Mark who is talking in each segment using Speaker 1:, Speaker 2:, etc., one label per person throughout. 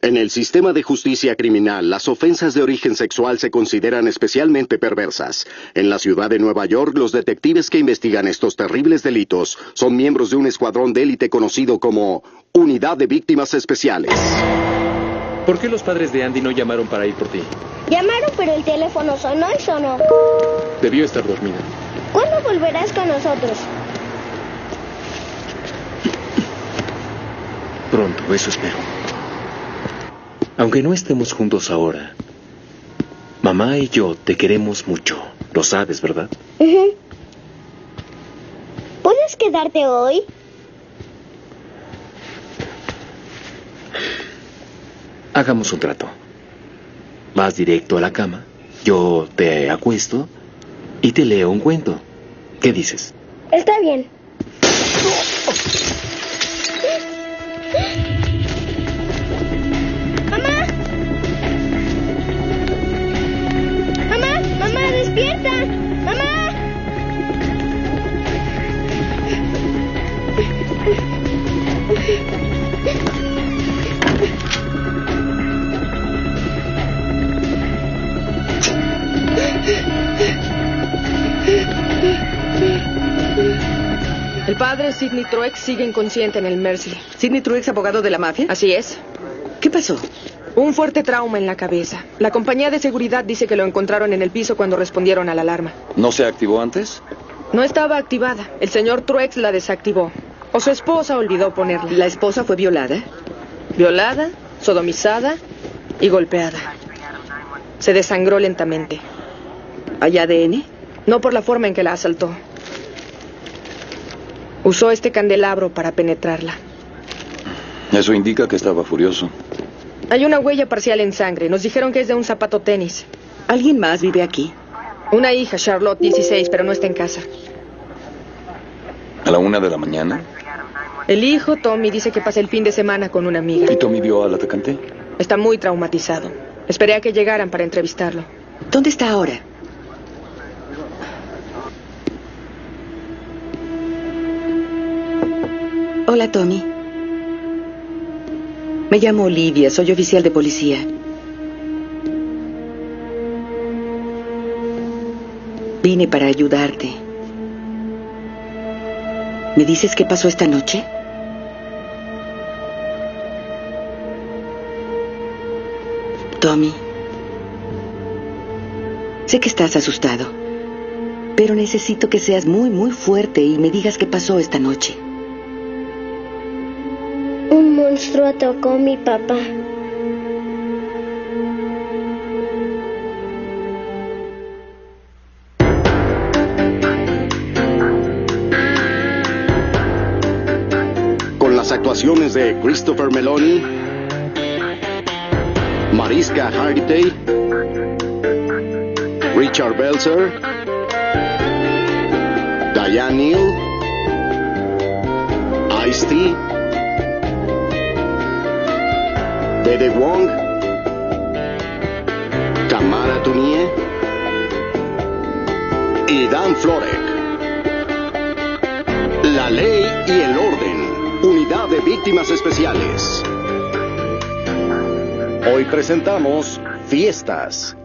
Speaker 1: En el sistema de justicia criminal, las ofensas de origen sexual se consideran especialmente perversas. En la ciudad de Nueva York, los detectives que investigan estos terribles delitos son miembros de un escuadrón de élite conocido como Unidad de Víctimas Especiales.
Speaker 2: ¿Por qué los padres de Andy no llamaron para ir por ti?
Speaker 3: Llamaron, pero el teléfono sonó y sonó.
Speaker 2: Debió estar dormida.
Speaker 3: ¿Cuándo volverás con nosotros?
Speaker 2: Pronto, eso espero. Aunque no estemos juntos ahora, mamá y yo te queremos mucho. Lo sabes, ¿verdad?
Speaker 3: Ujú. ¿Puedes quedarte hoy?
Speaker 2: Hagamos un trato. Vas directo a la cama, yo te acuesto y te leo un cuento. ¿Qué dices?
Speaker 3: Está bien. ¡Mamá! ¡Mamá! ¡Mamá, despierta! ¡Mamá!
Speaker 4: El padre Sidney Truex sigue inconsciente en el Mercy.
Speaker 5: ¿Sidney Truex, abogado de la mafia?
Speaker 4: Así es.
Speaker 5: ¿Qué pasó?
Speaker 4: Un fuerte trauma en la cabeza. La compañía de seguridad dice que lo encontraron en el piso cuando respondieron a la alarma.
Speaker 6: ¿No se activó antes?
Speaker 4: No estaba activada. El señor Truex la desactivó. O su esposa olvidó ponerla.
Speaker 5: ¿La esposa fue violada?
Speaker 4: Violada, sodomizada y golpeada. Se desangró lentamente.
Speaker 5: ¿Hay ADN?
Speaker 4: No por la forma en que la asaltó. Usó este candelabro para penetrarla.
Speaker 6: Eso indica que estaba furioso.
Speaker 4: Hay una huella parcial en sangre. Nos dijeron que es de un zapato tenis.
Speaker 5: ¿Alguien más vive aquí?
Speaker 4: Una hija, Charlotte, 16, pero no está en casa.
Speaker 6: ¿A la una de la mañana?
Speaker 4: El hijo, Tommy, dice que pasa el fin de semana con una amiga.
Speaker 6: ¿Y Tommy vio al atacante?
Speaker 4: Está muy traumatizado. Esperé a que llegaran para entrevistarlo.
Speaker 5: ¿Dónde está ahora? Hola, Tommy. Me llamo Olivia, soy oficial de policía. Vine para ayudarte. ¿Me dices qué pasó esta noche? Tommy, sé que estás asustado, pero necesito que seas muy, muy fuerte y me digas qué pasó esta noche.
Speaker 3: Un monstruo atacó a mi papá.
Speaker 1: Con las actuaciones de Christopher Meloni, Mariska Hargitay, Richard Belzer, Diane Neal, Ice-T, Dede Wong, Tamara Tunie y Dan Florek. La ley y el orden. Unidad de víctimas especiales. Hoy presentamos Fiestas.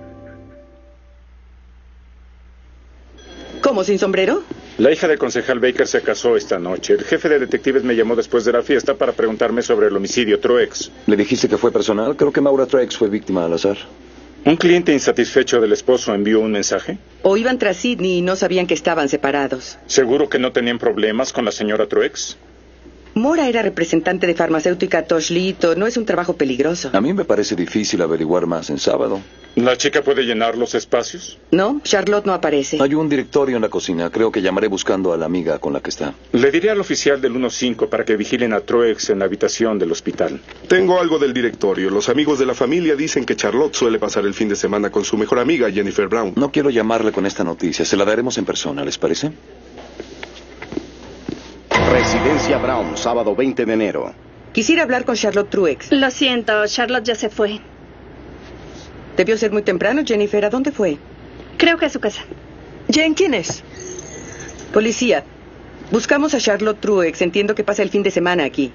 Speaker 5: ¿Cómo, sin sombrero?
Speaker 7: La hija del concejal Baker se casó esta noche. El jefe de detectives me llamó después de la fiesta para preguntarme sobre el homicidio Truex.
Speaker 6: ¿Le dijiste que fue personal? Creo que Maura Trex fue víctima al azar.
Speaker 7: Un cliente insatisfecho del esposo envió un mensaje.
Speaker 5: ¿O iban tras Sidney y no sabían que estaban separados?
Speaker 7: ¿Seguro que no tenían problemas con la señora Truex?
Speaker 5: Mora era representante de farmacéutica Toshlito. No es un trabajo peligroso.
Speaker 6: A mí me parece difícil averiguar más en sábado.
Speaker 7: ¿La chica puede llenar los espacios?
Speaker 5: No, Charlotte no aparece.
Speaker 6: Hay un directorio en la cocina. Creo que llamaré buscando a la amiga con la que está.
Speaker 7: Le diré al oficial del 1-5 para que vigilen a Truex en la habitación del hospital.
Speaker 8: Tengo algo del directorio. Los amigos de la familia dicen que Charlotte suele pasar el fin de semana con su mejor amiga, Jennifer Brown.
Speaker 6: No quiero llamarle con esta noticia. Se la daremos en persona, ¿les parece?
Speaker 1: Residencia Brown, sábado 20 de enero.
Speaker 5: Quisiera hablar con Charlotte Truex.
Speaker 9: Lo siento, Charlotte ya se fue.
Speaker 5: Debió ser muy temprano, Jennifer. ¿A dónde fue?
Speaker 9: Creo que a su casa.
Speaker 5: Jen, ¿quién es? Policía. Buscamos a Charlotte Truex. Entiendo que pasa el fin de semana aquí.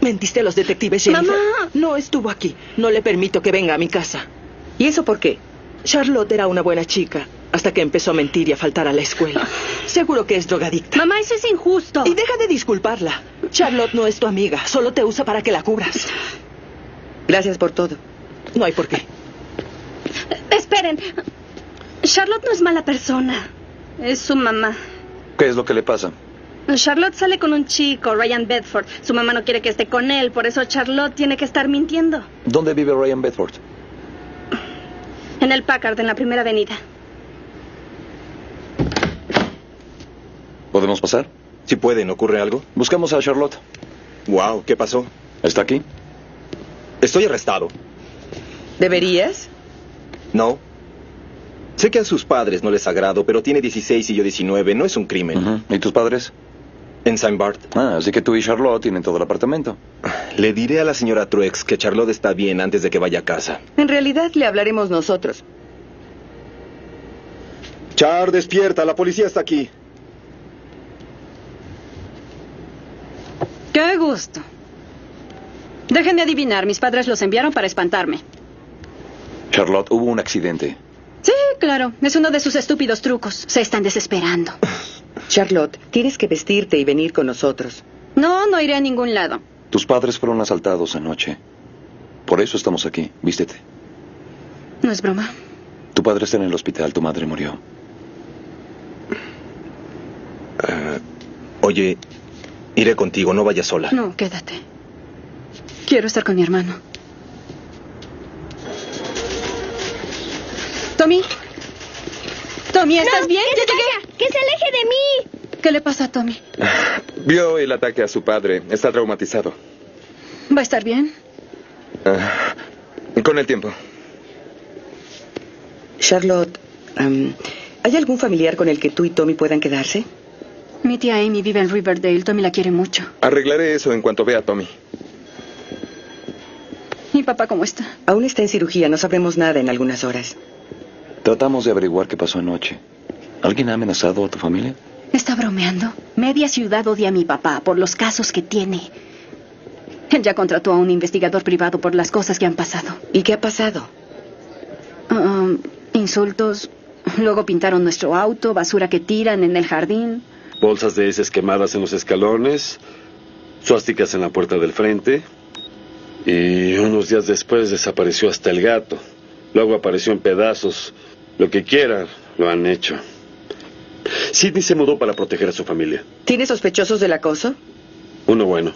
Speaker 10: Mentiste a los detectives, Jennifer.
Speaker 9: Mamá.
Speaker 10: No estuvo aquí. No le permito que venga a mi casa. ¿Y eso por qué? Charlotte era una buena chica hasta que empezó a mentir y a faltar a la escuela. Seguro que es drogadicta.
Speaker 9: Mamá, eso es injusto.
Speaker 10: Y deja de disculparla. Charlotte no es tu amiga. Solo te usa para que la cubras.
Speaker 5: Gracias por todo.
Speaker 10: No hay por qué.
Speaker 9: Esperen. Charlotte no es mala persona. Es su mamá.
Speaker 6: ¿Qué es lo que le pasa?
Speaker 9: Pues Charlotte sale con un chico, Ryan Bedford. Su mamá no quiere que esté con él, por eso Charlotte tiene que estar mintiendo.
Speaker 6: ¿Dónde vive Ryan Bedford?
Speaker 9: En el Packard, en la primera avenida.
Speaker 6: ¿Podemos pasar?
Speaker 11: Si pueden, ¿ocurre algo?
Speaker 6: Buscamos a Charlotte.
Speaker 11: Wow, ¿qué pasó?
Speaker 6: ¿Está aquí?
Speaker 11: Estoy arrestado.
Speaker 5: ¿Deberías?
Speaker 11: No. Sé que a sus padres no les agrado, pero tiene 16 y yo 19. No es un crimen.
Speaker 6: Ujú. ¿Y tus padres?
Speaker 11: En Saint Bart.
Speaker 6: Ah, así que tú y Charlotte tienen todo el apartamento.
Speaker 11: Le diré a la señora Truex que Charlotte está bien antes de que vaya a casa.
Speaker 5: En realidad le hablaremos nosotros.
Speaker 11: Char, despierta. La policía está aquí.
Speaker 12: Qué gusto. Dejen de adivinar, mis padres los enviaron para espantarme.
Speaker 6: Charlotte, hubo un accidente.
Speaker 12: Sí, claro, es uno de sus estúpidos trucos. Se están desesperando.
Speaker 5: Charlotte, tienes que vestirte y venir con nosotros.
Speaker 12: No, no iré a ningún lado.
Speaker 6: Tus padres fueron asaltados anoche. Por eso estamos aquí. Vístete.
Speaker 12: No es broma.
Speaker 6: Tu padre está en el hospital, tu madre murió.
Speaker 13: Eh,
Speaker 11: Ah, oye, iré contigo. No vayas sola.
Speaker 12: No, quédate. Quiero estar con mi hermano. Tommy. Tommy, ¿estás
Speaker 3: No,
Speaker 12: bien?
Speaker 3: ¿qué
Speaker 12: Ya
Speaker 3: te
Speaker 12: llegué.
Speaker 3: pasa? ¡Que se aleje de mí!
Speaker 12: ¿Qué le pasa a Tommy?
Speaker 14: Vio el ataque a su padre. Está traumatizado.
Speaker 12: ¿Va a estar bien?
Speaker 14: Ah, con el tiempo.
Speaker 5: Charlotte, em, ¿hay algún familiar con el que tú y Tommy puedan quedarse?
Speaker 12: Mi tía Amy vive en Riverdale. Tommy la quiere mucho.
Speaker 14: Arreglaré eso en cuanto vea a Tommy.
Speaker 12: ¿Y papá cómo está?
Speaker 5: Aún está en cirugía, no sabremos nada en algunas horas.
Speaker 6: Tratamos de averiguar qué pasó anoche. ¿Alguien ha amenazado a tu familia?
Speaker 12: ¿Está bromeando? Media ciudad odia a mi papá por los casos que tiene. Él ya contrató a un investigador privado por las cosas que han pasado.
Speaker 5: ¿Y qué ha pasado?
Speaker 12: Ah, insultos. Luego pintaron nuestro auto, basura que tiran en el jardín.
Speaker 13: Bolsas de heces quemadas en los escalones, suásticas en la puerta del frente. Y unos días después desapareció hasta el gato. Luego apareció en pedazos. Lo que quieran, lo han hecho. Sidney se mudó para proteger a su familia.
Speaker 5: ¿Tiene sospechosos del acoso?
Speaker 13: Uno bueno.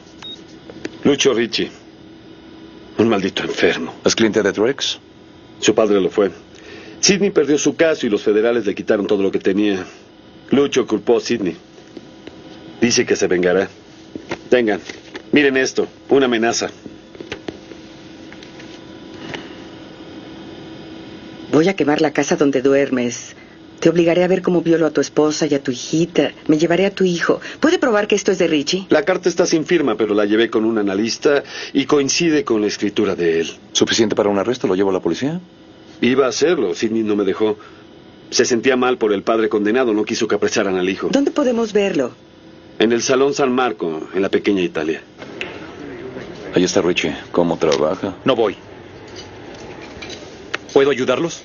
Speaker 13: Lucho Ricci. Un maldito enfermo.
Speaker 6: ¿Es cliente de Truex?
Speaker 13: Su padre lo fue. Sidney perdió su caso y los federales le quitaron todo lo que tenía. Lucho culpó a Sidney. Dice que se vengará. Tengan, miren esto, una amenaza.
Speaker 5: Voy a quemar la casa donde duermes. Te obligaré a ver cómo violo a tu esposa y a tu hijita. Me llevaré a tu hijo. ¿Puede probar que esto es de Richie?
Speaker 13: La carta está sin firma, pero la llevé con un analista y coincide con la escritura de él.
Speaker 6: ¿Suficiente para un arresto? ¿Lo llevo a la policía?
Speaker 13: Iba a hacerlo, Sidney no me dejó. Se sentía mal por el padre condenado, no quiso que apresaran al hijo.
Speaker 5: ¿Dónde podemos verlo?
Speaker 13: En el Salón San Marco, en la pequeña Italia.
Speaker 6: Ahí está Richie. ¿Cómo trabaja?
Speaker 11: No voy.
Speaker 14: ¿Puedo ayudarlos?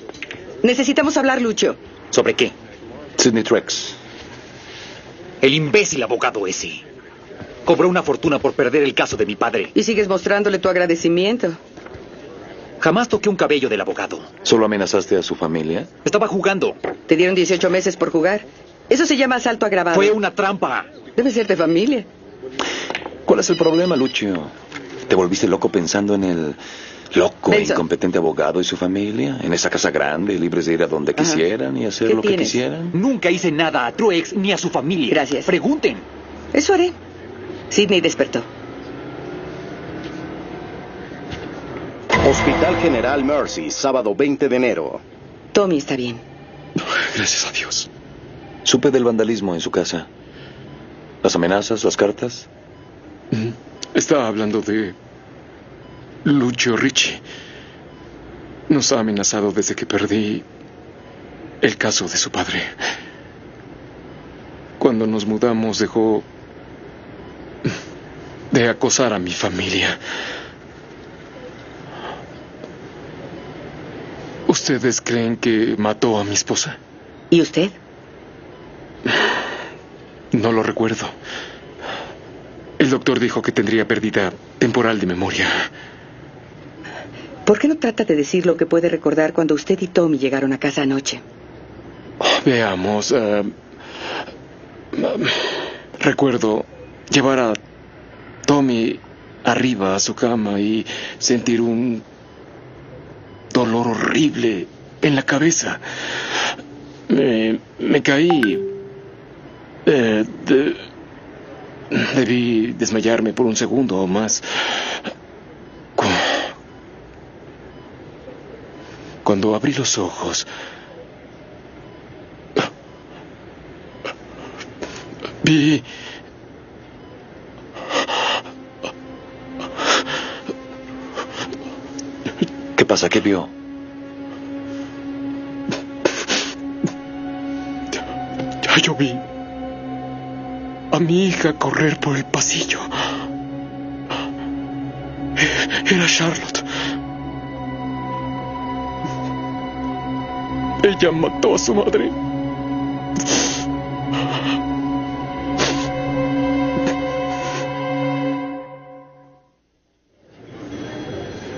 Speaker 5: Necesitamos hablar, Lucho.
Speaker 14: ¿Sobre qué?
Speaker 6: Sidney Trex.
Speaker 14: El imbécil abogado ese. Cobró una fortuna por perder el caso de mi padre.
Speaker 5: Y sigues mostrándole tu agradecimiento.
Speaker 14: Jamás toqué un cabello del abogado.
Speaker 6: ¿Solo amenazaste a su familia?
Speaker 14: Estaba jugando.
Speaker 5: Te dieron 18 meses por jugar. Eso se llama asalto agravado.
Speaker 14: Fue una trampa.
Speaker 5: Debe ser de familia.
Speaker 6: ¿Cuál es el problema, Lucio? ¿Te volviste loco pensando en el loco e
Speaker 5: Nelson.
Speaker 6: incompetente abogado y su familia? En esa casa grande, libres de ir a donde
Speaker 5: Ajá.
Speaker 6: quisieran y hacer
Speaker 5: ¿Qué
Speaker 6: lo que
Speaker 5: tienes?
Speaker 6: quisieran.
Speaker 14: Nunca hice nada a Truex ni a su familia.
Speaker 5: Gracias.
Speaker 14: Pregunten.
Speaker 5: Eso haré. Sidney despertó.
Speaker 1: Hospital General Mercy, sábado 20 de enero.
Speaker 5: Tommy está bien.
Speaker 6: Gracias a Dios. Supe del vandalismo en su casa. Las amenazas, las cartas.
Speaker 15: Está hablando de Lucio Ricci. Nos ha amenazado desde que perdí el caso de su padre. Cuando nos mudamos dejó de acosar a mi familia. ¿Ustedes creen que mató a mi esposa?
Speaker 5: ¿Y usted?
Speaker 15: No lo recuerdo. El doctor dijo que tendría pérdida temporal de memoria.
Speaker 5: ¿Por qué no trata de decir lo que puede recordar cuando usted y Tommy llegaron a casa anoche?
Speaker 15: Veamos. ah, ah, recuerdo llevar a Tommy arriba a su cama y sentir un dolor horrible en la cabeza. Me, me caí. Eh, de- debí desmayarme por un segundo o más. Cu- Cuando abrí los ojos, vi
Speaker 6: ¿Qué pasa? ¿Qué vio?
Speaker 15: Ya yo vi a mi hija correr por el pasillo. Era Charlotte. Ella mató a su madre.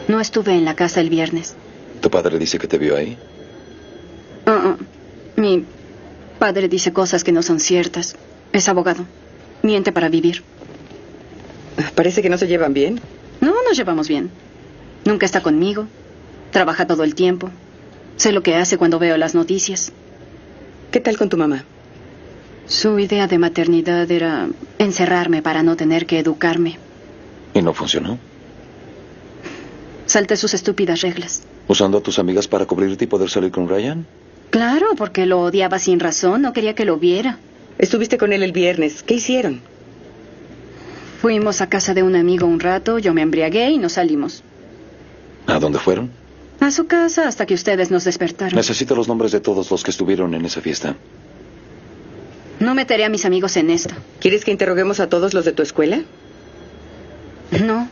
Speaker 12: No estuve en la casa el viernes.
Speaker 6: ¿Tu padre dice que te vio ahí?
Speaker 12: Ah, ah. Mi padre dice cosas que no son ciertas. Es abogado. Miente para vivir.
Speaker 5: Parece que no se llevan bien.
Speaker 12: No, nos llevamos bien. Nunca está conmigo. Trabaja todo el tiempo. Sé lo que hace cuando veo las noticias.
Speaker 5: ¿Qué tal con tu mamá?
Speaker 12: Su idea de maternidad era encerrarme para no tener que educarme.
Speaker 6: ¿Y no funcionó?
Speaker 12: Salté sus estúpidas reglas.
Speaker 6: ¿Usando a tus amigas para cubrirte y poder salir con Ryan?
Speaker 12: Claro, porque lo odiaba sin razón. No quería que lo viera.
Speaker 5: Estuviste con él el viernes. ¿Qué hicieron?
Speaker 12: Fuimos a casa de un amigo un rato, yo me embriagué y nos salimos.
Speaker 6: ¿A dónde fueron?
Speaker 12: A su casa hasta que ustedes nos despertaron.
Speaker 6: Necesito los nombres de todos los que estuvieron en esa fiesta.
Speaker 12: No meteré a mis amigos en esto.
Speaker 5: ¿Quieres que interroguemos a todos los de tu escuela?
Speaker 12: No.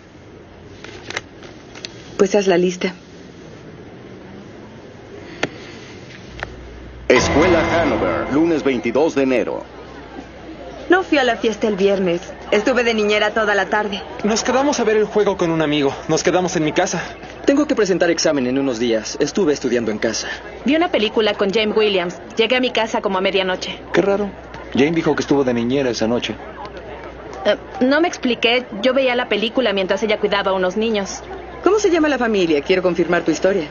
Speaker 5: Pues haz la lista.
Speaker 1: Escuela Hanover, lunes 22 de enero.
Speaker 16: No fui a la fiesta el viernes. Estuve de niñera toda la tarde.
Speaker 17: Nos quedamos a ver el juego con un amigo. Nos quedamos en mi casa. Tengo que presentar examen en unos días. Estuve estudiando en casa.
Speaker 18: Vi una película con James Williams. Llegué a mi casa como a medianoche.
Speaker 6: Qué raro. Jane dijo que estuvo de niñera esa noche.
Speaker 18: Eh, no me expliqué. Yo veía la película mientras ella cuidaba a unos niños.
Speaker 5: ¿Cómo se llama la familia? Quiero confirmar tu historia.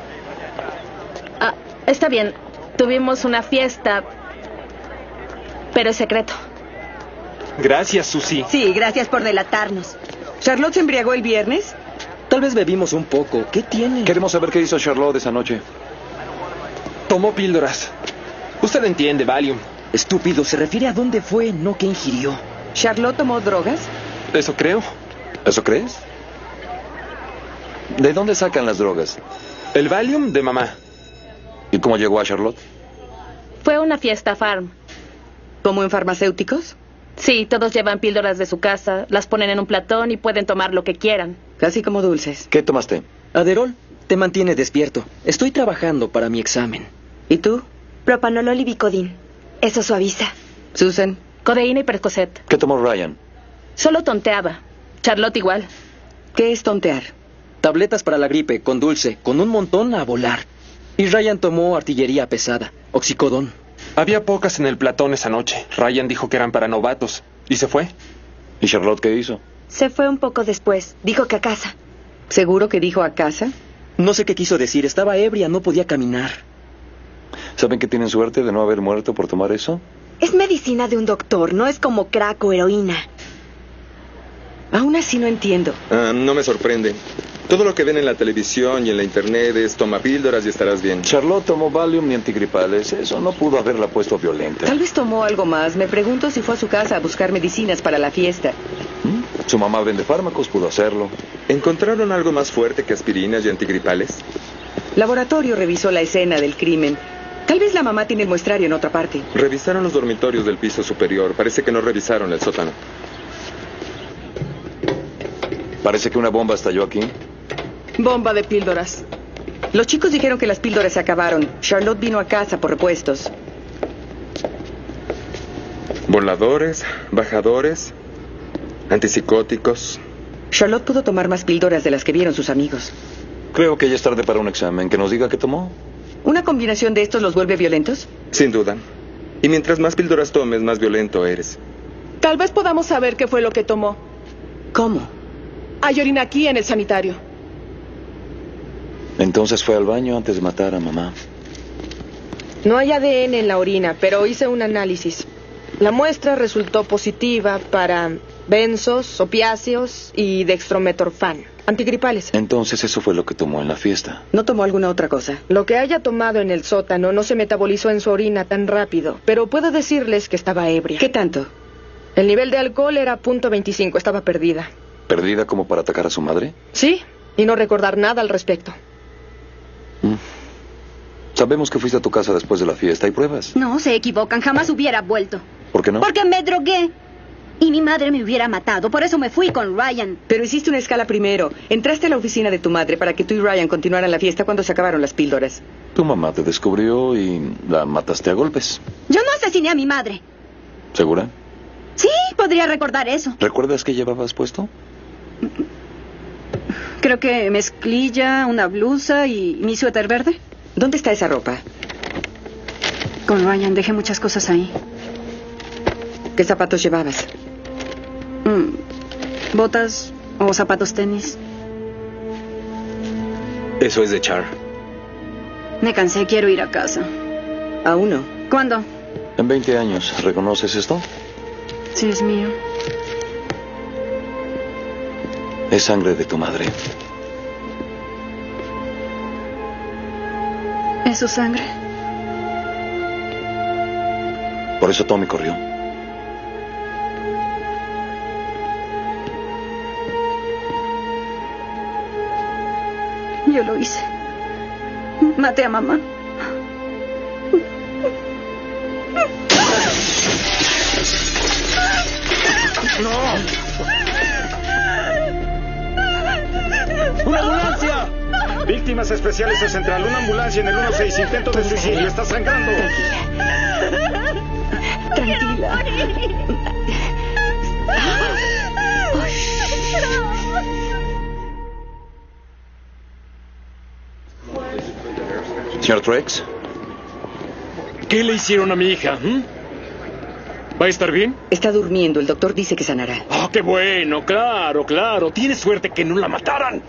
Speaker 18: Ah, está bien. Tuvimos una fiesta. Pero es secreto.
Speaker 17: Gracias, Susi.
Speaker 16: Sí, gracias por delatarnos. ¿Charlotte se embriagó el viernes?
Speaker 17: Tal vez bebimos un poco. ¿Qué tiene?
Speaker 6: Queremos saber qué hizo Charlotte esa noche.
Speaker 17: Tomó píldoras. Usted entiende, Valium. Estúpido, se refiere a dónde fue, no qué ingirió.
Speaker 16: ¿Charlotte tomó drogas?
Speaker 17: Eso creo.
Speaker 6: ¿Eso crees? ¿De dónde sacan las drogas?
Speaker 17: El Valium de mamá.
Speaker 6: ¿Y cómo llegó a Charlotte?
Speaker 18: Fue una fiesta farm.
Speaker 5: ¿Como en farmacéuticos?
Speaker 18: Sí, todos llevan píldoras de su casa, las ponen en un platón y pueden tomar lo que quieran.
Speaker 5: Casi como dulces.
Speaker 6: ¿Qué tomaste?
Speaker 17: Aderol, te mantiene despierto. Estoy trabajando para mi examen.
Speaker 5: ¿Y tú?
Speaker 16: Propanolol y bicodín. Eso suaviza.
Speaker 5: Susan.
Speaker 18: Codeína y Percocet.
Speaker 6: ¿Qué tomó Ryan?
Speaker 18: Solo tonteaba. Charlotte igual.
Speaker 5: ¿Qué es tontear?
Speaker 17: Tabletas para la gripe, con dulce, con un montón a volar. Y Ryan tomó artillería pesada, oxicodón. Había pocas en el platón esa noche. Ryan dijo que eran para novatos. Y se fue.
Speaker 6: ¿Y Charlotte qué hizo?
Speaker 16: Se fue un poco después. Dijo que a casa.
Speaker 5: ¿Seguro que dijo a casa?
Speaker 17: No sé qué quiso decir. Estaba ebria, no podía caminar.
Speaker 6: ¿Saben que tienen suerte de no haber muerto por tomar eso?
Speaker 16: Es medicina de un doctor, no es como crack o heroína.
Speaker 5: Aún así no entiendo.
Speaker 19: Ah, no me sorprende. Todo lo que ven en la televisión y en la internet es toma píldoras y estarás bien.
Speaker 6: Charlotte tomó Valium y antigripales. Eso no pudo haberla puesto violenta.
Speaker 5: Tal vez tomó algo más. Me pregunto si fue a su casa a buscar medicinas para la fiesta.
Speaker 6: Su mamá vende fármacos, pudo hacerlo.
Speaker 19: ¿Encontraron algo más fuerte que aspirinas y antigripales?
Speaker 5: Laboratorio revisó la escena del crimen. Tal vez la mamá tiene el muestrario en otra parte.
Speaker 19: Revisaron los dormitorios del piso superior. Parece que no revisaron el sótano.
Speaker 6: Parece que una bomba estalló aquí.
Speaker 5: Bomba de píldoras. Los chicos dijeron que las píldoras se acabaron. Charlotte vino a casa por repuestos.
Speaker 19: Voladores, bajadores, antipsicóticos.
Speaker 5: Charlotte pudo tomar más píldoras de las que vieron sus amigos.
Speaker 6: Creo que ya es tarde para un examen. ¿Que nos diga qué tomó?
Speaker 5: ¿Una combinación de estos los vuelve violentos?
Speaker 19: Sin duda. Y mientras más píldoras tomes, más violento eres.
Speaker 4: Tal vez Pues podamos saber qué fue lo que tomó.
Speaker 5: ¿Cómo?
Speaker 4: Hay orina aquí en el sanitario.
Speaker 6: Entonces fue al baño antes de matar a mamá.
Speaker 4: No hay ADN en la orina, pero hice un análisis. La muestra resultó positiva para benzos, opiáceos y dextrometorfano, antigripales.
Speaker 6: Entonces eso fue lo que tomó en la fiesta.
Speaker 5: ¿No tomó alguna otra cosa?
Speaker 4: Lo que haya tomado en el sótano no se metabolizó en su orina tan rápido, pero puedo decirles que estaba ebria.
Speaker 5: ¿Qué tanto?
Speaker 4: El nivel de alcohol era .25, estaba perdida.
Speaker 6: ¿Perdida como para atacar a su madre?
Speaker 4: Sí, y no recordar nada al respecto.
Speaker 6: Sabemos que fuiste a tu casa después de la fiesta. ¿Hay pruebas?
Speaker 12: No, se equivocan. Jamás hubiera vuelto.
Speaker 6: ¿Por qué no?
Speaker 12: Porque me drogué. Y mi madre me hubiera matado. Por eso me fui con Ryan.
Speaker 5: Pero hiciste una escala primero. Entraste a la oficina de tu madre para que tú y Ryan continuaran la fiesta cuando se acabaron las píldoras.
Speaker 6: Tu mamá te descubrió y la mataste a golpes.
Speaker 12: Yo no asesiné a mi madre.
Speaker 6: ¿Segura?
Speaker 12: Sí, podría recordar eso.
Speaker 6: ¿Recuerdas qué llevabas puesto?
Speaker 12: Creo que mezclilla, una blusa y mi suéter verde.
Speaker 5: ¿Dónde está esa ropa?
Speaker 12: Con Ryan dejé muchas cosas ahí.
Speaker 5: ¿Qué zapatos llevabas?
Speaker 12: Mm, botas o zapatos tenis.
Speaker 20: Eso es de Char.
Speaker 12: Me cansé, quiero ir a casa.
Speaker 5: ¿A uno?
Speaker 12: ¿Cuándo?
Speaker 6: En 20 años, ¿reconoces esto?
Speaker 12: Sí, es mío.
Speaker 6: Es sangre de tu madre.
Speaker 12: ¿Es su sangre?
Speaker 6: Por eso Tommy corrió.
Speaker 12: Yo lo hice. Maté a mamá.
Speaker 14: ¡Una ambulancia! Víctimas especiales a Central. Una ambulancia en el 16. Intento de suicidio. Está sangrando.
Speaker 12: Tranquila.
Speaker 6: Señor Trex,
Speaker 17: ¿Qué le hicieron a mi hija? ¿m? ¿Va a estar bien?
Speaker 5: Está durmiendo. El doctor dice que sanará.
Speaker 17: ¡Oh, qué bueno! Claro, claro. Tiene suerte que no la mataran.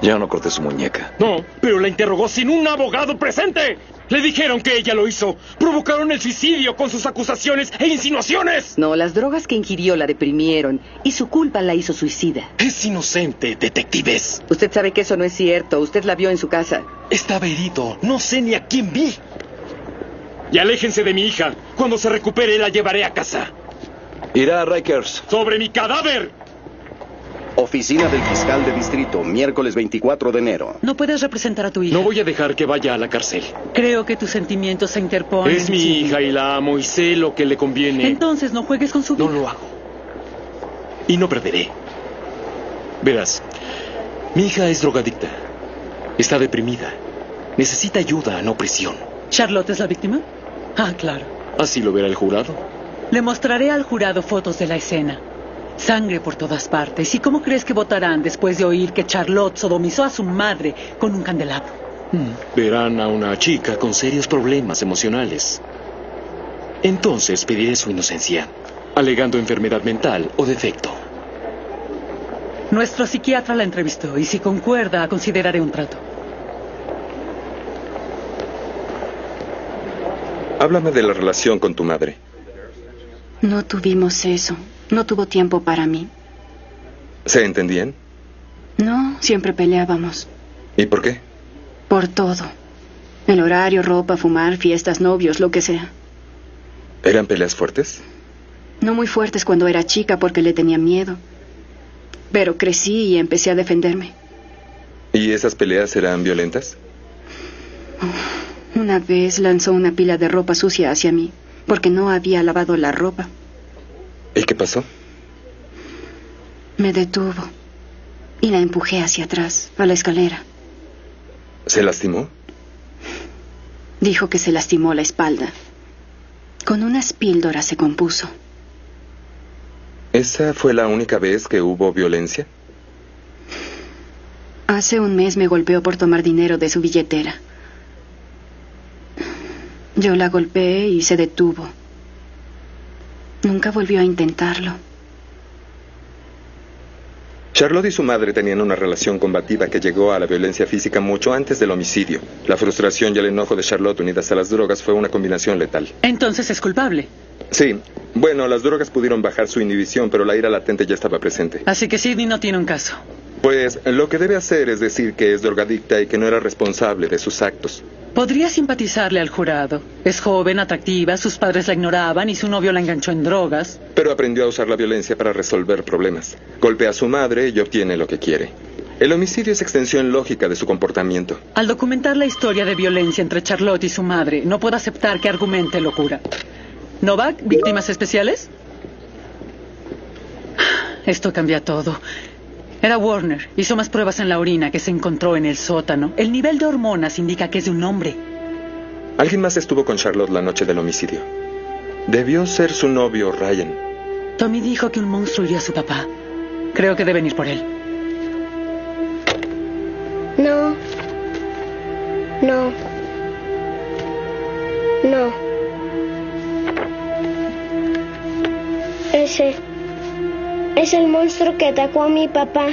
Speaker 6: ya no corté su muñeca.
Speaker 17: No, pero la interrogó sin un abogado presente. Le dijeron que ella lo hizo. Provocaron el suicidio con sus acusaciones e insinuaciones.
Speaker 5: No, las drogas que ingirió la deprimieron y su culpa la hizo suicida.
Speaker 17: Es inocente, detectives.
Speaker 5: Usted sabe que eso no es cierto. Usted la vio en su casa.
Speaker 17: Estaba herido. No sé ni a quién vi. Y aléjense de mi hija. Cuando se recupere, la llevaré a casa.
Speaker 20: Irá a Rikers.
Speaker 17: ¡Sobre mi cadáver!
Speaker 1: Oficina del fiscal de distrito, miércoles 24 de enero.
Speaker 21: No puedes representar a tu hija.
Speaker 17: No voy a dejar que vaya a la cárcel.
Speaker 21: Creo que tus sentimientos se interponen.
Speaker 17: Es mi
Speaker 21: Jimmy.
Speaker 17: hija y la amo y sé lo que le conviene.
Speaker 21: Entonces no juegues con su vida.
Speaker 17: No lo hago. Y no perderé. Verás, mi hija es drogadicta. Está deprimida. Necesita ayuda, no prisión.
Speaker 21: ¿Charlotte es la víctima? Ah, claro.
Speaker 17: Así lo verá el jurado.
Speaker 21: Le mostraré al jurado fotos de la escena. Sangre por todas partes. ¿Y cómo crees que votarán después de oír que Charlotte sodomizó a su madre con un candelabro?
Speaker 17: Verán a una chica con serios problemas emocionales. Entonces pediré su inocencia, alegando enfermedad mental o defecto.
Speaker 21: Nuestro psiquiatra la entrevistó y si concuerda, consideraré un trato.
Speaker 19: Háblame de la relación con tu madre.
Speaker 12: No tuvimos eso. No tuvo tiempo para mí.
Speaker 19: ¿Se entendían?
Speaker 12: No, siempre peleábamos.
Speaker 19: ¿Y por qué?
Speaker 12: Por todo. El horario, ropa, fumar, fiestas, novios, lo que sea.
Speaker 19: ¿Eran peleas fuertes?
Speaker 12: No muy fuertes cuando era chica porque le tenía miedo. Pero crecí y empecé a defenderme.
Speaker 19: ¿Y esas peleas eran violentas?
Speaker 12: Una vez lanzó una pila de ropa sucia hacia mí porque no había lavado la ropa.
Speaker 19: ¿Y qué pasó?
Speaker 12: Me detuvo y la empujé hacia atrás, a la escalera.
Speaker 19: ¿Se lastimó?
Speaker 12: Dijo que se lastimó la espalda. Con unas píldoras se compuso.
Speaker 19: ¿Esa fue la única vez que hubo violencia?
Speaker 12: Hace un mes me golpeó por tomar dinero de su billetera. Yo la golpeé y se detuvo. Nunca volvió a intentarlo.
Speaker 19: Charlotte y su madre tenían una relación combativa que llegó a la violencia física mucho antes del homicidio. La frustración y el enojo de Charlotte unidas a las drogas fue una combinación letal.
Speaker 21: Entonces es culpable.
Speaker 19: Sí, bueno, las drogas pudieron bajar su inhibición, pero la ira latente ya estaba presente.
Speaker 21: Así que Sidney no tiene un caso.
Speaker 19: Pues lo que debe hacer es decir que es drogadicta y que no era responsable de sus actos.
Speaker 21: Podría simpatizarle al jurado. Es joven, atractiva, sus padres la ignoraban y su novio la enganchó en drogas.
Speaker 19: Pero aprendió a usar la violencia para resolver problemas. Golpea a su madre y obtiene lo que quiere. El homicidio es extensión lógica de su comportamiento.
Speaker 21: Al documentar la historia de violencia entre Charlotte y su madre, no puedo aceptar que argumente locura. Novak, víctimas especiales. Esto cambia todo. Era Warner. Hizo más pruebas en la orina que se encontró en el sótano. El nivel de hormonas indica que es de un hombre.
Speaker 19: Alguien más estuvo con Charlotte la noche del homicidio. Debió ser su novio, Ryan.
Speaker 21: Tommy dijo que un monstruo hirió a su papá. Creo que deben ir por él.
Speaker 3: No. No. No. Ese es el monstruo que atacó a mi papá.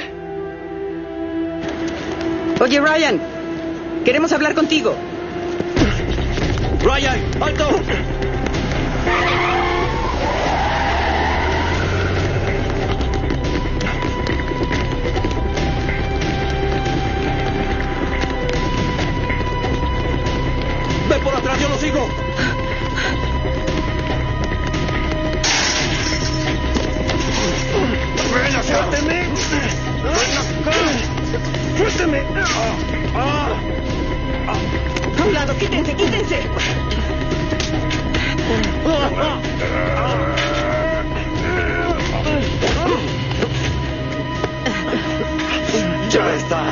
Speaker 5: Oye, Ryan, queremos hablar contigo.
Speaker 14: Ryan, alto. Ve por atrás, yo lo sigo.
Speaker 22: ¡Suéltame! ¡Suéltame!
Speaker 14: Ah,
Speaker 10: ¡A un lado! ¡Quítense! ¡Quítense!
Speaker 14: Ya está.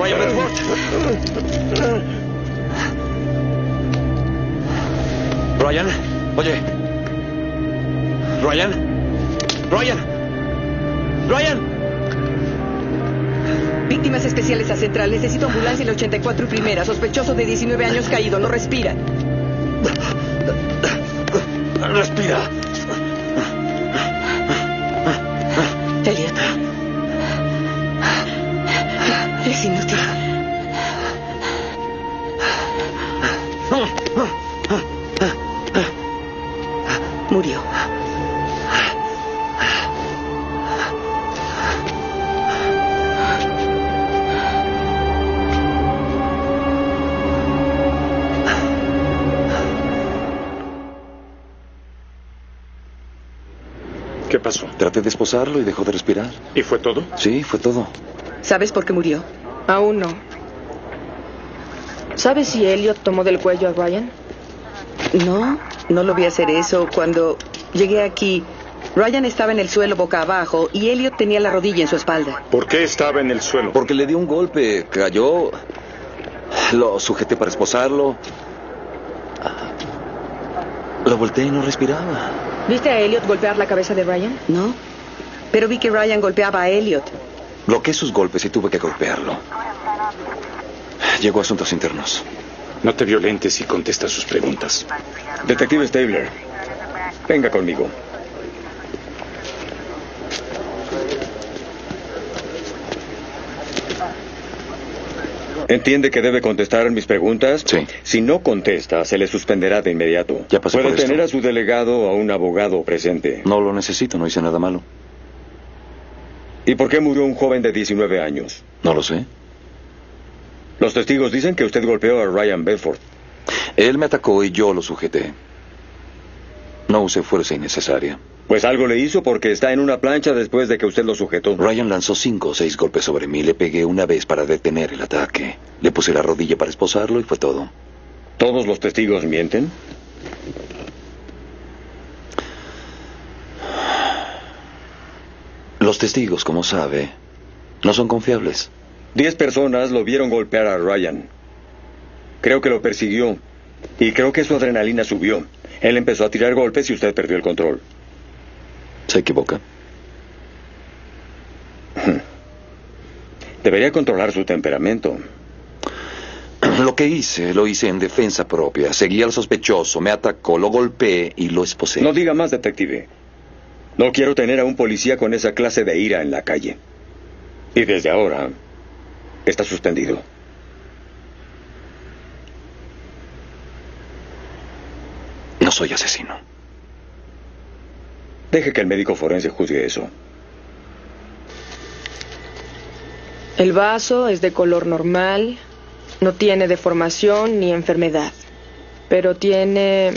Speaker 14: Ryan Bedford.
Speaker 17: Ryan, oye. Ryan, Ryan,
Speaker 5: Ryan. Víctimas especiales a central. Necesito ambulancia en la 84 y primera. Sospechoso de 19 años caído. No respira.
Speaker 14: respira.
Speaker 5: Elliot. Es inútil. Murió.
Speaker 6: ¿Qué pasó? Traté de esposarlo y dejó de respirar.
Speaker 7: ¿Y fue todo?
Speaker 6: Sí, fue todo.
Speaker 5: ¿Sabes por qué murió?
Speaker 4: Aún no. ¿Sabes si Elliot tomó del cuello a Ryan?
Speaker 5: No, no lo vi hacer eso. Cuando llegué aquí, Ryan estaba en el suelo boca abajo y Elliot tenía la rodilla en su espalda.
Speaker 7: ¿Por qué estaba en el suelo?
Speaker 11: Porque le dio un golpe, cayó. Lo sujeté para esposarlo.
Speaker 6: Ah.
Speaker 11: Lo volteé y no respiraba.
Speaker 4: ¿Viste a Elliot golpear la cabeza de Ryan?
Speaker 5: No. Pero vi que Ryan golpeaba a Elliot.
Speaker 11: Bloqueé sus golpes y tuve que golpearlo. Llegó a asuntos internos.
Speaker 7: No te violentes y contesta sus preguntas.
Speaker 11: Detective Stabler, venga conmigo.
Speaker 20: ¿Entiende que debe contestar mis preguntas? Sí. Si no contesta, se le suspenderá de inmediato.
Speaker 6: Ya pasé
Speaker 20: Puede
Speaker 6: por esto.
Speaker 20: tener a su delegado o a un abogado presente.
Speaker 6: No lo necesito, no hice nada malo.
Speaker 20: ¿Y por qué murió un joven de 19 años?
Speaker 6: No lo sé.
Speaker 20: Los testigos dicen que usted golpeó a Ryan Bedford.
Speaker 6: Él me atacó y yo lo sujeté. No usé fuerza innecesaria.
Speaker 20: Pues algo le hizo porque está en una plancha después de que usted lo sujetó.
Speaker 6: Ryan lanzó cinco o seis golpes sobre mí. Le pegué una vez para detener el ataque. Le puse la rodilla para esposarlo y fue todo.
Speaker 20: ¿Todos los testigos mienten?
Speaker 6: Los testigos, como sabe, no son confiables.
Speaker 20: Diez personas lo vieron golpear a Ryan. Creo que lo persiguió. Y creo que su adrenalina subió. Él empezó a tirar golpes y usted perdió el control.
Speaker 6: ¿Se equivoca?
Speaker 20: Hmm. Debería controlar su temperamento.
Speaker 6: Lo que hice, lo hice en defensa propia. Seguí al sospechoso, me atacó, lo golpeé y lo esposé.
Speaker 20: No diga más, detective. No quiero tener a un policía con esa clase de ira en la calle. Y desde ahora está suspendido.
Speaker 6: No soy asesino.
Speaker 20: Deje que el médico forense juzgue eso.
Speaker 4: El vaso es de color normal, no tiene deformación ni enfermedad, pero tiene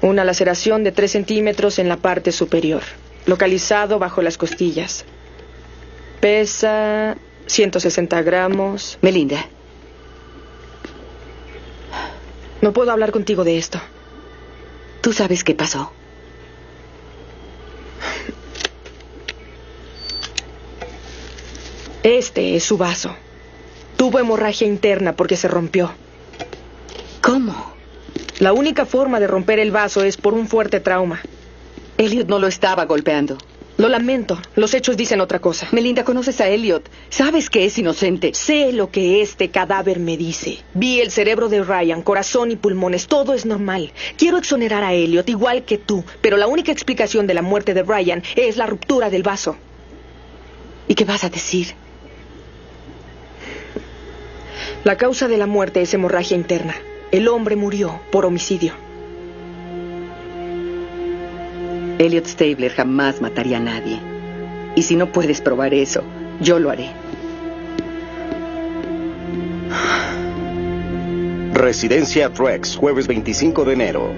Speaker 4: una laceración de 3 centímetros en la parte superior, localizado bajo las costillas. Pesa 160 gramos.
Speaker 5: Melinda.
Speaker 4: No puedo hablar contigo de esto.
Speaker 5: Tú sabes qué pasó.
Speaker 4: Este es su vaso. Tuvo hemorragia interna porque se rompió.
Speaker 5: ¿Cómo?
Speaker 4: La única forma de romper el vaso es por un fuerte trauma.
Speaker 5: Elliot no lo estaba golpeando.
Speaker 4: Lo lamento. Los hechos dicen otra cosa.
Speaker 5: Melinda, conoces a Elliot. Sabes que es inocente.
Speaker 4: Sé lo que este cadáver me dice. Vi el cerebro de Ryan, corazón y pulmones. Todo es normal. Quiero exonerar a Elliot igual que tú, pero la única explicación de la muerte de Ryan es la ruptura del vaso.
Speaker 5: ¿Y qué vas a decir?
Speaker 4: La causa de la muerte es hemorragia interna. El hombre murió por homicidio.
Speaker 5: Elliot Stabler jamás mataría a nadie. Y si no puedes probar eso, yo lo haré.
Speaker 1: Residencia Trex, jueves 25 de enero.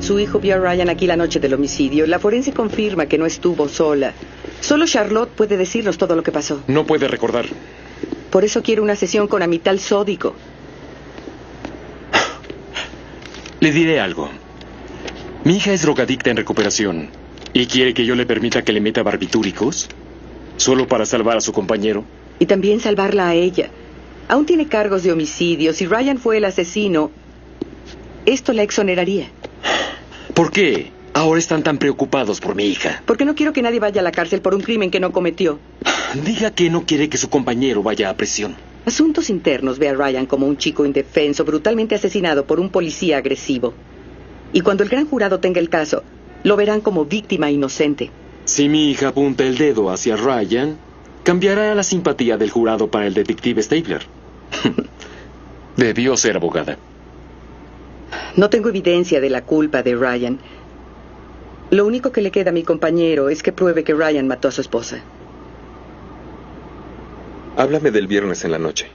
Speaker 5: Su hijo vio a Ryan aquí la noche del homicidio. La forense confirma que no estuvo sola. Solo Charlotte puede decirnos todo lo que pasó.
Speaker 17: No puede recordar.
Speaker 5: Por eso quiero una sesión con amital sódico.
Speaker 17: Le diré algo. Mi hija es drogadicta en recuperación y quiere que yo le permita que le meta barbitúricos solo para salvar a su compañero.
Speaker 5: Y también salvarla a ella. Aún tiene cargos de homicidio. Si Ryan fue el asesino, esto la exoneraría.
Speaker 17: ¿Por qué? Ahora están tan preocupados por mi hija.
Speaker 5: Porque no quiero que nadie vaya a la cárcel por un crimen que no cometió.
Speaker 17: Diga que no quiere que su compañero vaya a prisión.
Speaker 5: Asuntos Internos ve a Ryan como un chico indefenso brutalmente asesinado por un policía agresivo. Y cuando el gran jurado tenga el caso, lo verán como víctima inocente.
Speaker 17: Si mi hija apunta el dedo hacia Ryan, cambiará la simpatía del jurado para el detective Stapler. Debió ser abogada.
Speaker 5: No tengo evidencia de la culpa de Ryan. Lo único que le queda a mi compañero es que pruebe que Ryan mató a su esposa.
Speaker 19: Háblame del viernes en la noche.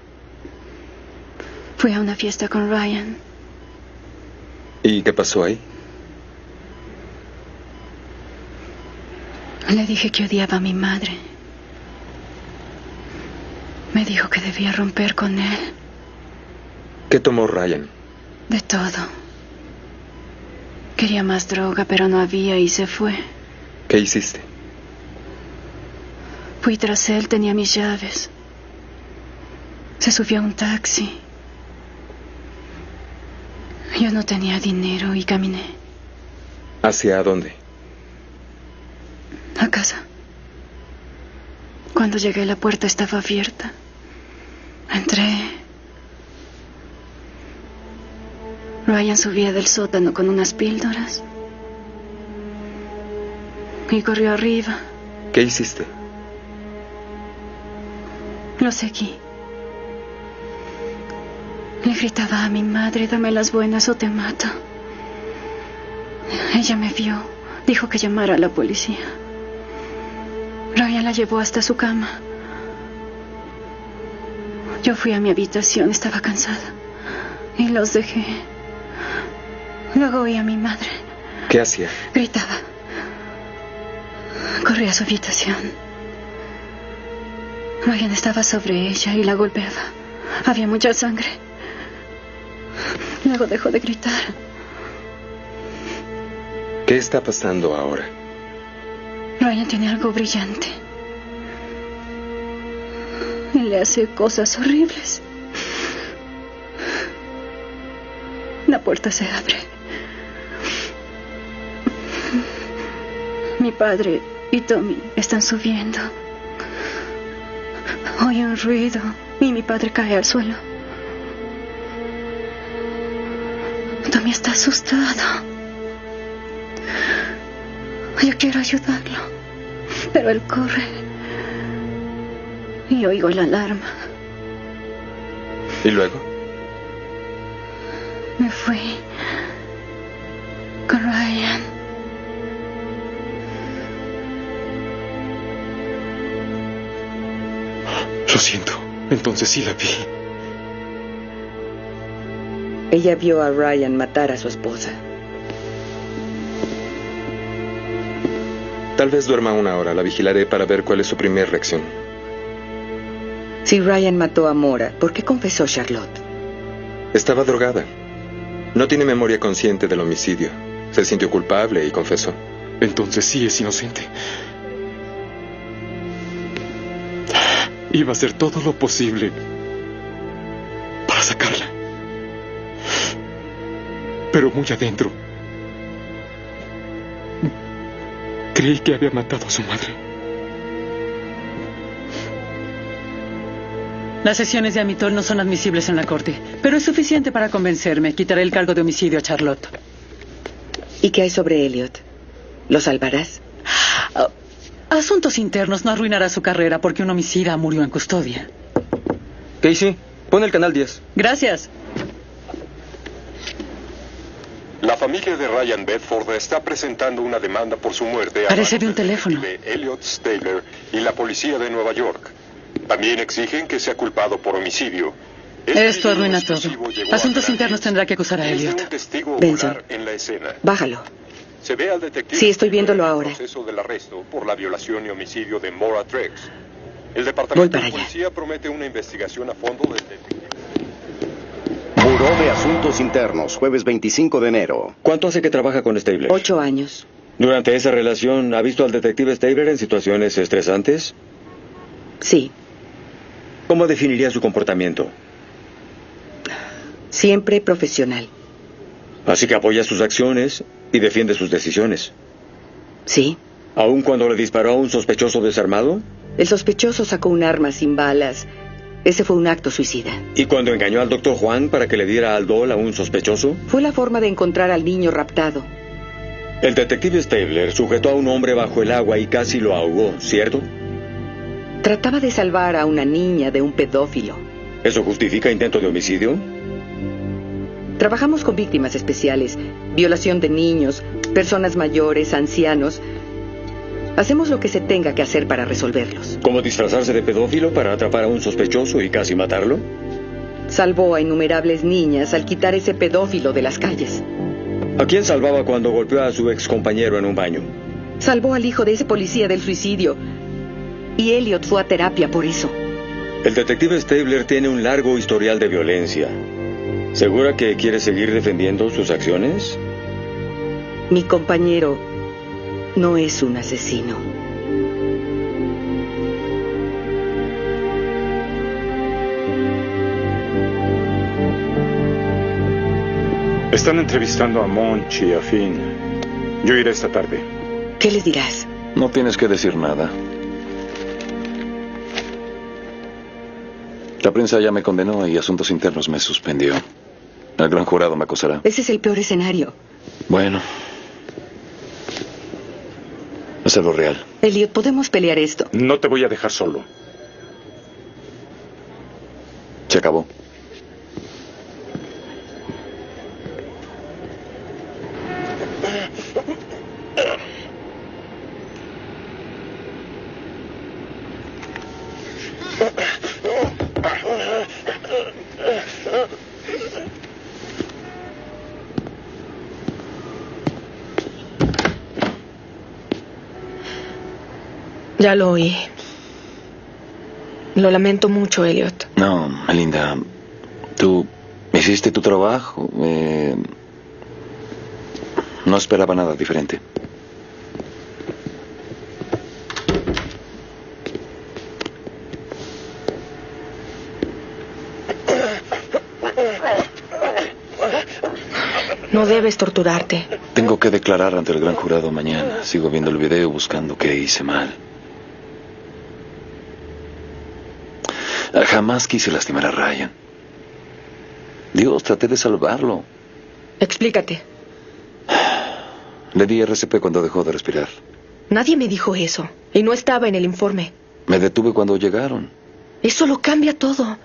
Speaker 23: Fui a una fiesta con Ryan.
Speaker 19: ¿Y qué pasó ahí?
Speaker 23: Le dije que odiaba a mi madre. Me dijo que debía romper con él.
Speaker 19: ¿Qué tomó Ryan?
Speaker 23: De todo. Quería más droga, pero no había y se fue.
Speaker 19: ¿Qué hiciste?
Speaker 23: Fui tras él, tenía mis llaves. Se subió a un taxi. Yo no tenía dinero y caminé.
Speaker 19: ¿Hacia dónde?
Speaker 23: A casa. Cuando llegué la puerta estaba abierta. Entré. Ryan subía del sótano con unas píldoras. Y corrió arriba.
Speaker 19: ¿Qué hiciste?
Speaker 23: Lo seguí. Le gritaba a mi madre, dame las buenas o te mato. Ella me vio, dijo que llamara a la policía. Ryan la llevó hasta su cama. Yo fui a mi habitación, estaba cansada. Y los dejé. Luego oí a mi madre.
Speaker 19: ¿Qué hacía?
Speaker 23: Gritaba. Corrí a su habitación. Ryan estaba sobre ella y la golpeaba. Había mucha sangre. Luego dejó de gritar.
Speaker 19: ¿Qué está pasando ahora?
Speaker 12: Ryan tiene algo brillante. Y le hace cosas horribles. La puerta se abre. Mi padre y Tommy están subiendo. Oye un ruido y mi padre cae al suelo. Tommy está asustado. Yo quiero ayudarlo, pero él corre. Y oigo la alarma.
Speaker 19: ¿Y luego?
Speaker 12: Me fui con Ryan.
Speaker 15: Lo siento. Entonces sí la vi.
Speaker 5: Ella vio a Ryan matar a su esposa.
Speaker 19: Tal vez duerma una hora. La vigilaré para ver cuál es su primera reacción.
Speaker 5: Si Ryan mató a Mora, ¿por qué confesó Charlotte?
Speaker 19: Estaba drogada. No tiene memoria consciente del homicidio. Se sintió culpable y confesó.
Speaker 15: Entonces sí es inocente. Iba a hacer todo lo posible para sacarla. Pero muy adentro. Creí que había matado a su madre.
Speaker 21: Las sesiones de Amitol no son admisibles en la corte, pero es suficiente para convencerme. Quitaré el cargo de homicidio a Charlotte.
Speaker 5: ¿Y qué hay sobre Elliot? ¿Lo salvarás?
Speaker 21: Ah, asuntos internos no arruinará su carrera porque un homicida murió en custodia.
Speaker 17: Casey, pon el canal 10.
Speaker 21: Gracias.
Speaker 2: La familia de Ryan Bedford está presentando una demanda por su muerte a
Speaker 21: Parece de un
Speaker 2: manos del
Speaker 21: teléfono.
Speaker 2: detective Elliot Stabler y la policía de Nueva York. También exigen que sea culpado por homicidio. Este
Speaker 21: Esto arruina todo.
Speaker 2: explosivo llegó a
Speaker 21: Asuntos
Speaker 2: Granby.
Speaker 21: internos tendrá que acusar a
Speaker 2: Tiene
Speaker 21: Elliot.
Speaker 2: un testigo
Speaker 5: Benson,
Speaker 2: ocular en la escena.
Speaker 5: Bájalo.
Speaker 2: Se ve al detective
Speaker 5: Sí, estoy viéndolo
Speaker 2: en el
Speaker 5: ahora.
Speaker 2: proceso del arresto por la violación y homicidio de Mora Trex. El departamento
Speaker 5: para
Speaker 2: de
Speaker 5: allá.
Speaker 2: policía promete una investigación a fondo del detective.
Speaker 1: Buró de Asuntos Internos, jueves 25 de enero.
Speaker 20: ¿Cuánto hace que trabaja con Stabler?
Speaker 5: Ocho años.
Speaker 20: Durante esa relación, ¿ha visto al detective Stabler en situaciones estresantes?
Speaker 5: Sí.
Speaker 20: ¿Cómo definiría su comportamiento?
Speaker 5: Siempre profesional.
Speaker 20: Así que apoya sus acciones y defiende sus decisiones.
Speaker 5: Sí.
Speaker 20: ¿Aun cuando le disparó a un sospechoso desarmado?
Speaker 5: El sospechoso sacó un arma sin balas. Ese fue un acto suicida.
Speaker 20: ¿Y cuando engañó al doctor Juan para que le diera Aldol a un sospechoso?
Speaker 5: Fue la forma de encontrar al niño raptado.
Speaker 20: El detective Stabler sujetó a un hombre bajo el agua y casi lo ahogó, ¿cierto?
Speaker 5: Trataba de salvar a una niña de un pedófilo.
Speaker 20: ¿Eso justifica intento de homicidio?
Speaker 5: Trabajamos con víctimas especiales, violación de niños, personas mayores, ancianos. Hacemos lo que se tenga que hacer para resolverlos.
Speaker 20: ¿Como disfrazarse de pedófilo para atrapar a un sospechoso y casi matarlo?
Speaker 5: Salvó a innumerables niñas al quitar ese pedófilo de las calles.
Speaker 20: ¿A quién salvaba cuando golpeó a su excompañero en un baño?
Speaker 5: Salvó al hijo de ese policía del suicidio. Y Elliot fue a terapia por eso.
Speaker 20: El detective Stabler tiene un largo historial de violencia. ¿Segura que quiere seguir defendiendo sus acciones?
Speaker 5: Mi compañero no es un asesino.
Speaker 7: Están entrevistando a Monchi, a Finn. Yo iré esta tarde.
Speaker 5: ¿Qué les dirás?
Speaker 6: No tienes que decir nada. La prensa ya me condenó y Asuntos Internos me suspendió. El gran jurado me acusará.
Speaker 5: Ese es el peor escenario.
Speaker 6: Bueno. Es algo real.
Speaker 5: Elliot, podemos pelear esto.
Speaker 7: No te voy a dejar solo.
Speaker 6: Se acabó.
Speaker 4: Ya lo oí. Lo lamento mucho, Elliot.
Speaker 6: No, Melinda. Tú hiciste tu trabajo. eh, no esperaba nada diferente.
Speaker 4: No debes torturarte.
Speaker 6: Tengo que declarar ante el gran jurado mañana. Sigo viendo el video buscando qué hice mal. Jamás quise lastimar a Ryan. Dios, traté de salvarlo.
Speaker 4: Explícate.
Speaker 6: Le di RCP cuando dejó de respirar.
Speaker 4: Nadie me dijo eso. Y no estaba en el informe.
Speaker 6: Me detuve cuando llegaron.
Speaker 4: Eso lo cambia todo.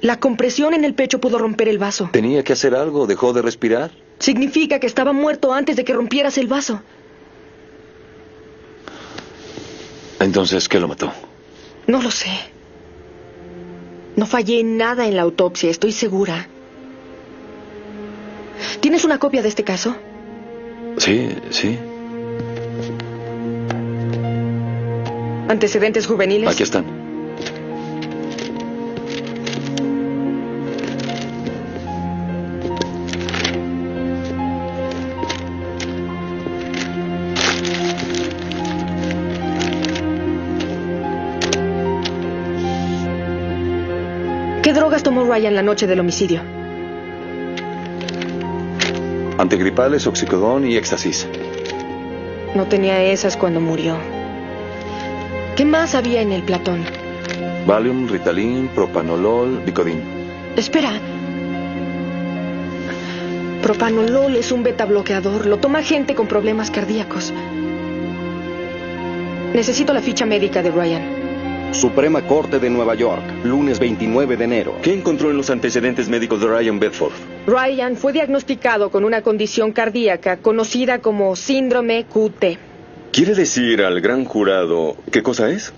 Speaker 4: La compresión en el pecho pudo romper el vaso.
Speaker 6: Tenía que hacer algo. Dejó de respirar.
Speaker 4: Significa que estaba muerto antes de que rompieras el vaso.
Speaker 6: Entonces, ¿qué lo mató?
Speaker 4: No lo sé. No fallé en nada en la autopsia, estoy segura. ¿Tienes una copia de este caso?
Speaker 6: Sí, sí.
Speaker 4: ¿Antecedentes juveniles?
Speaker 6: Aquí están.
Speaker 4: ¿Qué drogas tomó Ryan la noche del homicidio?
Speaker 6: Antigripales, oxicodón y éxtasis.
Speaker 4: No tenía esas cuando murió. ¿Qué más había en el platón?
Speaker 6: Valium, Ritalin, propanolol, Vicodin.
Speaker 4: Espera. Propanolol es un beta bloqueador. Lo toma gente con problemas cardíacos. Necesito la ficha médica de Ryan.
Speaker 1: Suprema Corte de Nueva York, lunes 29 de enero.
Speaker 11: ¿Qué encontró en los antecedentes médicos de Ryan Bedford?
Speaker 4: Ryan fue diagnosticado con una condición cardíaca conocida como síndrome QT.
Speaker 11: ¿Quiere decir al gran jurado qué cosa es?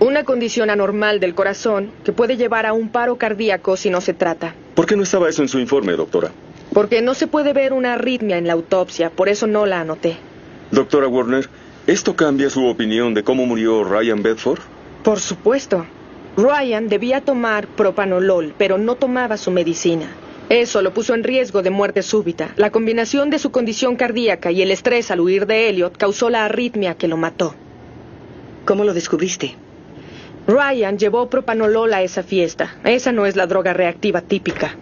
Speaker 4: Una condición anormal del corazón que puede llevar a un paro cardíaco si no se trata.
Speaker 11: ¿Por qué no estaba eso en su informe, doctora?
Speaker 4: Porque no se puede ver una arritmia en la autopsia, por eso no la anoté.
Speaker 11: Doctora Warner, ¿esto cambia su opinión de cómo murió Ryan Bedford?
Speaker 4: Por supuesto. Ryan debía tomar propanolol, pero no tomaba su medicina. Eso lo puso en riesgo de muerte súbita. La combinación de su condición cardíaca y el estrés al huir de Elliot causó la arritmia que lo mató.
Speaker 5: ¿Cómo lo descubriste?
Speaker 4: Ryan llevó propanolol a esa fiesta. Esa no es la droga reactiva típica.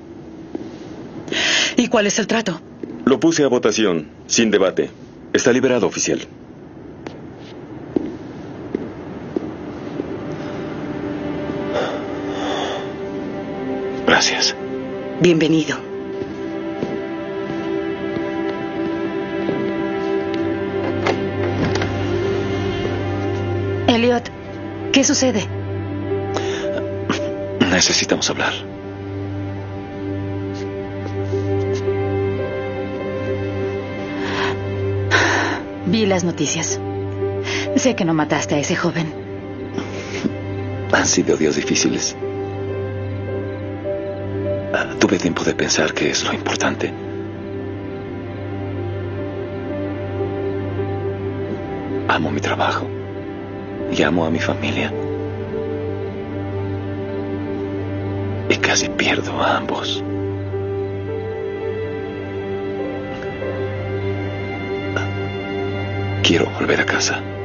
Speaker 21: ¿Y cuál es el trato?
Speaker 11: Lo puse a votación, sin debate. Está liberado, oficial.
Speaker 6: Gracias.
Speaker 5: Bienvenido.
Speaker 12: Elliot, ¿qué sucede?
Speaker 6: Necesitamos hablar.
Speaker 12: Vi las noticias. Sé que no mataste a ese joven.
Speaker 6: Han sido días difíciles. Ah, Tuve tiempo de pensar que es lo importante. Amo mi trabajo y amo a mi familia. Y casi pierdo a ambos. Quiero volver a casa.